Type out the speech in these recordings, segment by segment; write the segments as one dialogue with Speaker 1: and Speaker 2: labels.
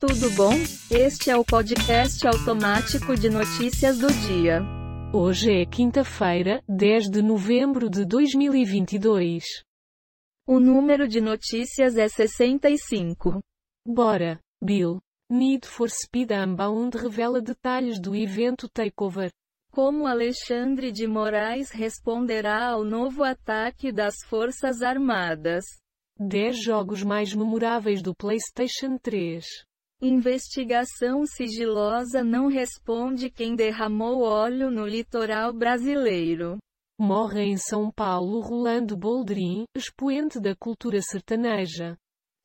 Speaker 1: Tudo bom? Este é o podcast automático de notícias do dia.
Speaker 2: Hoje é quinta-feira, 10 de novembro de 2022.
Speaker 1: O número de notícias é 65.
Speaker 2: Bora, Bill. Need for Speed Unbound revela detalhes do evento Takeover.
Speaker 1: Como Alexandre de Moraes responderá ao novo ataque das Forças Armadas?
Speaker 2: 10 jogos mais memoráveis do PlayStation 3.
Speaker 1: Investigação sigilosa não responde quem derramou óleo no litoral brasileiro.
Speaker 2: Morre em São Paulo Rolando Boldrin, expoente da cultura sertaneja.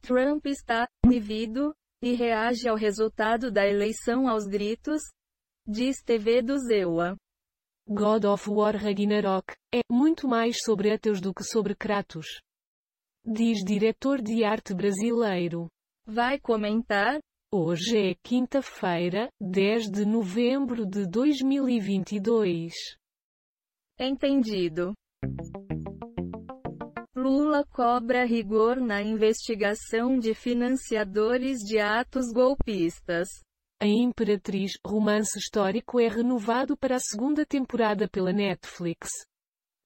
Speaker 1: Trump está vivido e reage ao resultado da eleição aos gritos, diz TV do Zewa.
Speaker 2: God of War Ragnarok é muito mais sobre Ateus do que sobre Kratos. Diz diretor de arte brasileiro.
Speaker 1: Vai comentar?
Speaker 2: Hoje é quinta-feira, 10 de novembro de 2022.
Speaker 1: Entendido. Lula cobra rigor na investigação de financiadores de atos golpistas.
Speaker 2: A Imperatriz Romance Histórico é renovado para a segunda temporada pela Netflix.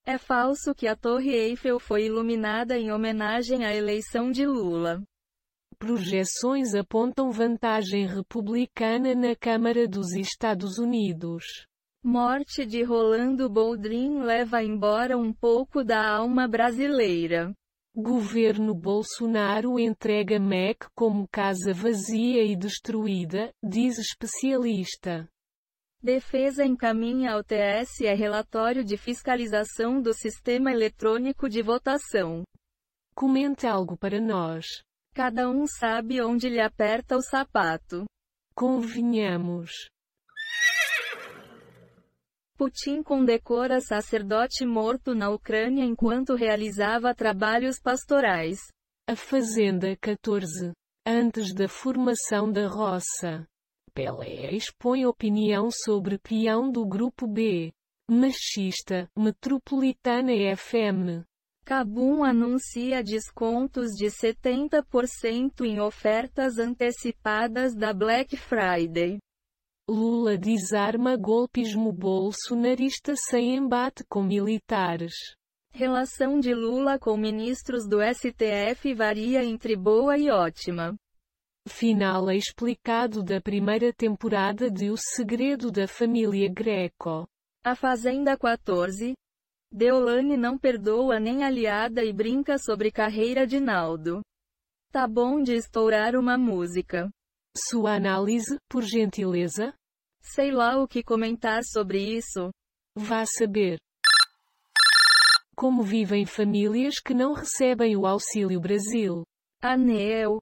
Speaker 1: É falso que a Torre Eiffel foi iluminada em homenagem à eleição de Lula.
Speaker 2: Projeções apontam vantagem republicana na Câmara dos Estados Unidos.
Speaker 1: Morte de Rolando Boldrin leva embora um pouco da alma brasileira.
Speaker 2: Governo Bolsonaro entrega MEC como casa vazia e destruída, diz especialista.
Speaker 1: Defesa encaminha ao TSE relatório de fiscalização do sistema eletrônico de votação.
Speaker 2: Comente algo para nós.
Speaker 1: Cada um sabe onde lhe aperta o sapato.
Speaker 2: Convenhamos.
Speaker 1: Putin condecora sacerdote morto na Ucrânia enquanto realizava trabalhos pastorais.
Speaker 2: A Fazenda 14. Antes da formação da roça. Pelé expõe opinião sobre peão do grupo B. Machista, Metropolitana FM.
Speaker 1: Kabum anuncia descontos de 70% em ofertas antecipadas da Black Friday.
Speaker 2: Lula desarma golpismo bolsonarista sem embate com militares.
Speaker 1: Relação de Lula com ministros do STF varia entre boa e ótima.
Speaker 2: Final explicado da primeira temporada de O Segredo da Família Greco.
Speaker 1: A Fazenda 14. Deolane não perdoa nem aliada e brinca sobre carreira de Naldo. Tá bom de estourar uma música.
Speaker 2: Sua análise, por gentileza?
Speaker 1: Sei lá o que comentar sobre isso.
Speaker 2: Vá saber. Como vivem famílias que não recebem o Auxílio Brasil?
Speaker 1: ANEEL.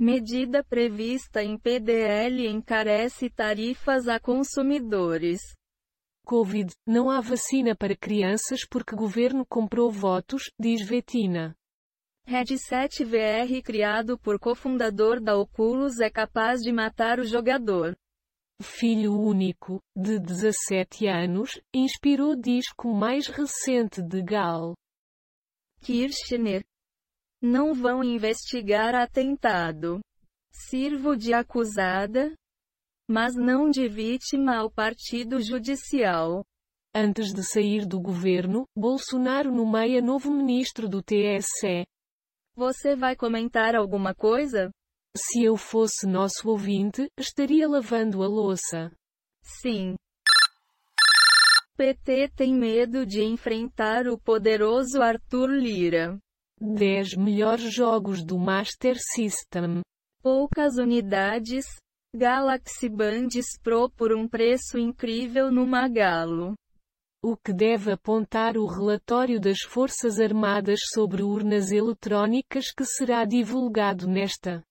Speaker 1: Medida prevista em PDL encarece tarifas a consumidores.
Speaker 2: Covid, não há vacina para crianças porque governo comprou votos, diz Vetina.
Speaker 1: Headset VR criado por cofundador da Oculus é capaz de matar o jogador.
Speaker 2: Filho único, de 17 anos, inspirou disco mais recente de Gal.
Speaker 1: Kirchner. Não vão investigar atentado. Sirvo de acusada, mas não de vítima ao partido judicial.
Speaker 2: Antes de sair do governo, Bolsonaro nomeia novo ministro do TSE.
Speaker 1: Você vai comentar alguma coisa?
Speaker 2: Se eu fosse nosso ouvinte, estaria lavando a louça.
Speaker 1: Sim. PT tem medo de enfrentar o poderoso Arthur Lira.
Speaker 2: 10 melhores jogos do Master System.
Speaker 1: Poucas unidades. Galaxy Bands Pro por um preço incrível no Magalo.
Speaker 2: O que deve apontar o relatório das Forças Armadas sobre urnas eletrónicas que será divulgado nesta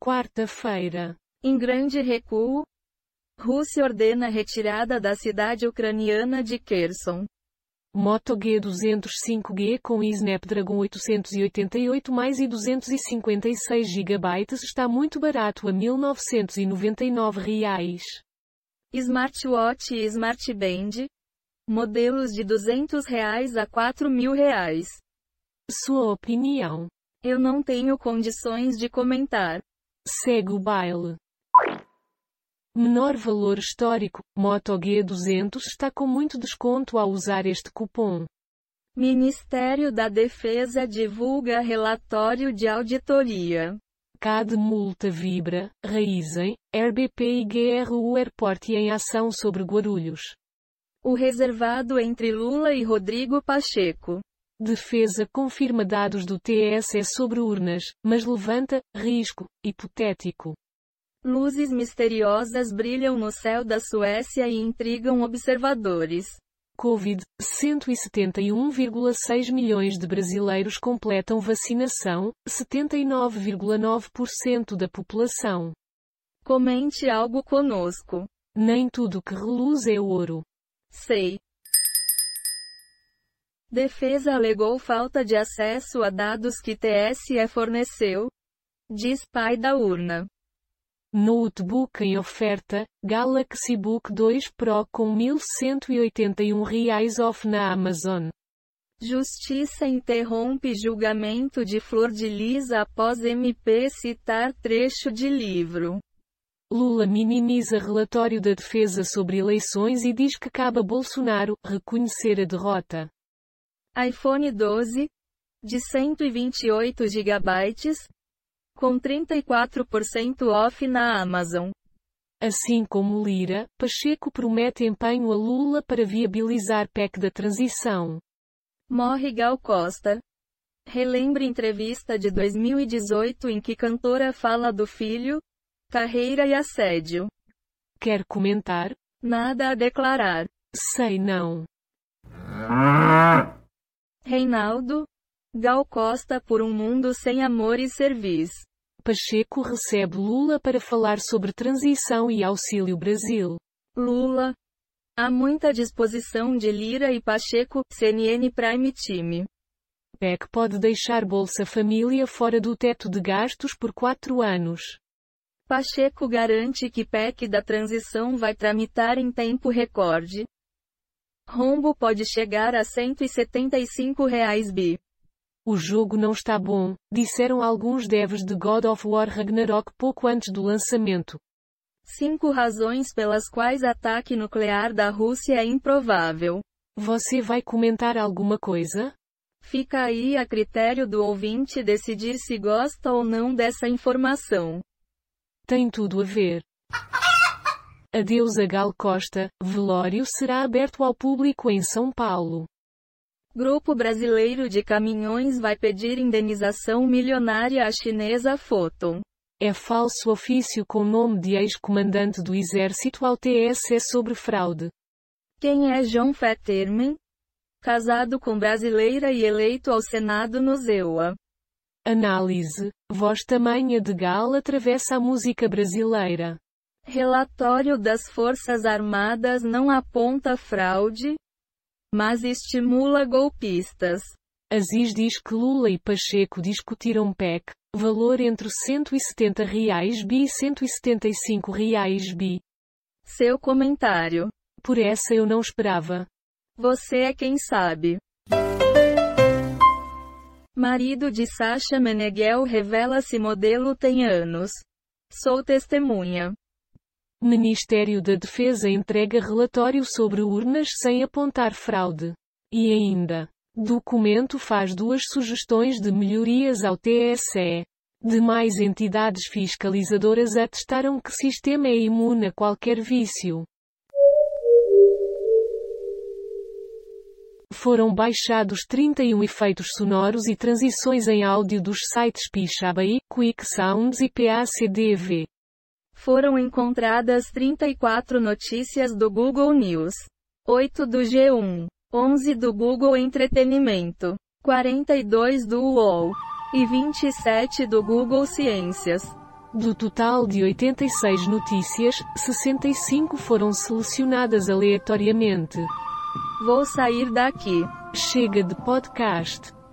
Speaker 2: quarta-feira.
Speaker 1: Em grande recuo, Rússia ordena a retirada da cidade ucraniana de Kherson.
Speaker 2: Moto G205G com Snapdragon 888 mais e 256 GB está muito barato a R$ 1.999. Reais.
Speaker 1: Smartwatch e Smartband. Modelos de R$ 200 reais a R$ 4 mil reais.
Speaker 2: Sua opinião.
Speaker 1: Eu não tenho condições de comentar.
Speaker 2: Segue o baile. Menor valor histórico, MotoG 200 está com muito desconto ao usar este cupom.
Speaker 1: Ministério da Defesa divulga relatório de auditoria.
Speaker 2: CAD Multa Vibra, Raízen, RBP e GRU Airport em ação sobre Guarulhos.
Speaker 1: O reservado entre Lula e Rodrigo Pacheco.
Speaker 2: Defesa confirma dados do TSE sobre urnas, mas levanta risco hipotético.
Speaker 1: Luzes misteriosas brilham no céu da Suécia e intrigam observadores.
Speaker 2: Covid, 171,6 milhões de brasileiros completam vacinação, 79,9% da população.
Speaker 1: Comente algo conosco.
Speaker 2: Nem tudo que reluz é ouro.
Speaker 1: Sei. Defesa alegou falta de acesso a dados que TSE forneceu. Diz pai da urna.
Speaker 2: Notebook em oferta, Galaxy Book 2 Pro com R$ 1.181 reais off na Amazon.
Speaker 1: Justiça interrompe julgamento de Flor de Lis após MP citar trecho de livro.
Speaker 2: Lula minimiza relatório da defesa sobre eleições e diz que cabe a Bolsonaro reconhecer a derrota.
Speaker 1: iPhone 12, de 128 GB, com 34% off na Amazon.
Speaker 2: Assim como Lira, Pacheco promete empenho a Lula para viabilizar PEC da transição.
Speaker 1: Morre Gal Costa. Relembre entrevista de 2018 em que cantora fala do filho, carreira e assédio.
Speaker 2: Quer comentar?
Speaker 1: Nada a declarar.
Speaker 2: Sei não.
Speaker 1: Reinaldo, Gal Costa por um mundo sem amor e serviço.
Speaker 2: Pacheco recebe Lula para falar sobre transição e auxílio Brasil.
Speaker 1: Lula. Há muita disposição de Lira e Pacheco, CNN Prime Time.
Speaker 2: PEC pode deixar Bolsa Família fora do teto de gastos por quatro anos.
Speaker 1: Pacheco garante que PEC da transição vai tramitar em tempo recorde. Rombo pode chegar a R$ 175 reais bi.
Speaker 2: O jogo não está bom, disseram alguns devs de God of War Ragnarok pouco antes do lançamento.
Speaker 1: Cinco razões pelas quais ataque nuclear da Rússia é improvável.
Speaker 2: Você vai comentar alguma coisa?
Speaker 1: Fica aí a critério do ouvinte decidir se gosta ou não dessa informação.
Speaker 2: Tem tudo a ver. Adeus a Gal Costa, velório será aberto ao público em São Paulo.
Speaker 1: Grupo brasileiro de caminhões vai pedir indenização milionária à chinesa Foton.
Speaker 2: É falso ofício com nome de ex-comandante do Exército ao TSE sobre fraude.
Speaker 1: Quem é John Fetterman? Casado com brasileira e eleito ao Senado no ZEUA.
Speaker 2: Análise. Voz tamanha de Gal atravessa a música brasileira.
Speaker 1: Relatório das Forças Armadas não aponta fraude, mas estimula golpistas.
Speaker 2: Aziz diz que Lula e Pacheco discutiram PEC, valor entre R$ 170 reais bi e R$ 175 reais bi.
Speaker 1: Seu comentário.
Speaker 2: Por essa eu não esperava.
Speaker 1: Você é quem sabe. Marido de Sasha Meneghel revela-se modelo tem anos. Sou testemunha.
Speaker 2: Ministério da Defesa entrega relatório sobre urnas sem apontar fraude. E ainda, documento faz duas sugestões de melhorias ao TSE. Demais entidades fiscalizadoras atestaram que sistema é imune a qualquer vício. Foram baixados 31 efeitos sonoros e transições em áudio dos sites Pixabay, Quick Sounds e PACDV.
Speaker 1: Foram encontradas 34 notícias do Google News, 8 do G1, 11 do Google Entretenimento, 42 do UOL e 27 do Google Ciências.
Speaker 2: Do total de 86 notícias, 65 foram selecionadas aleatoriamente.
Speaker 1: Vou sair daqui.
Speaker 2: Chega de podcast.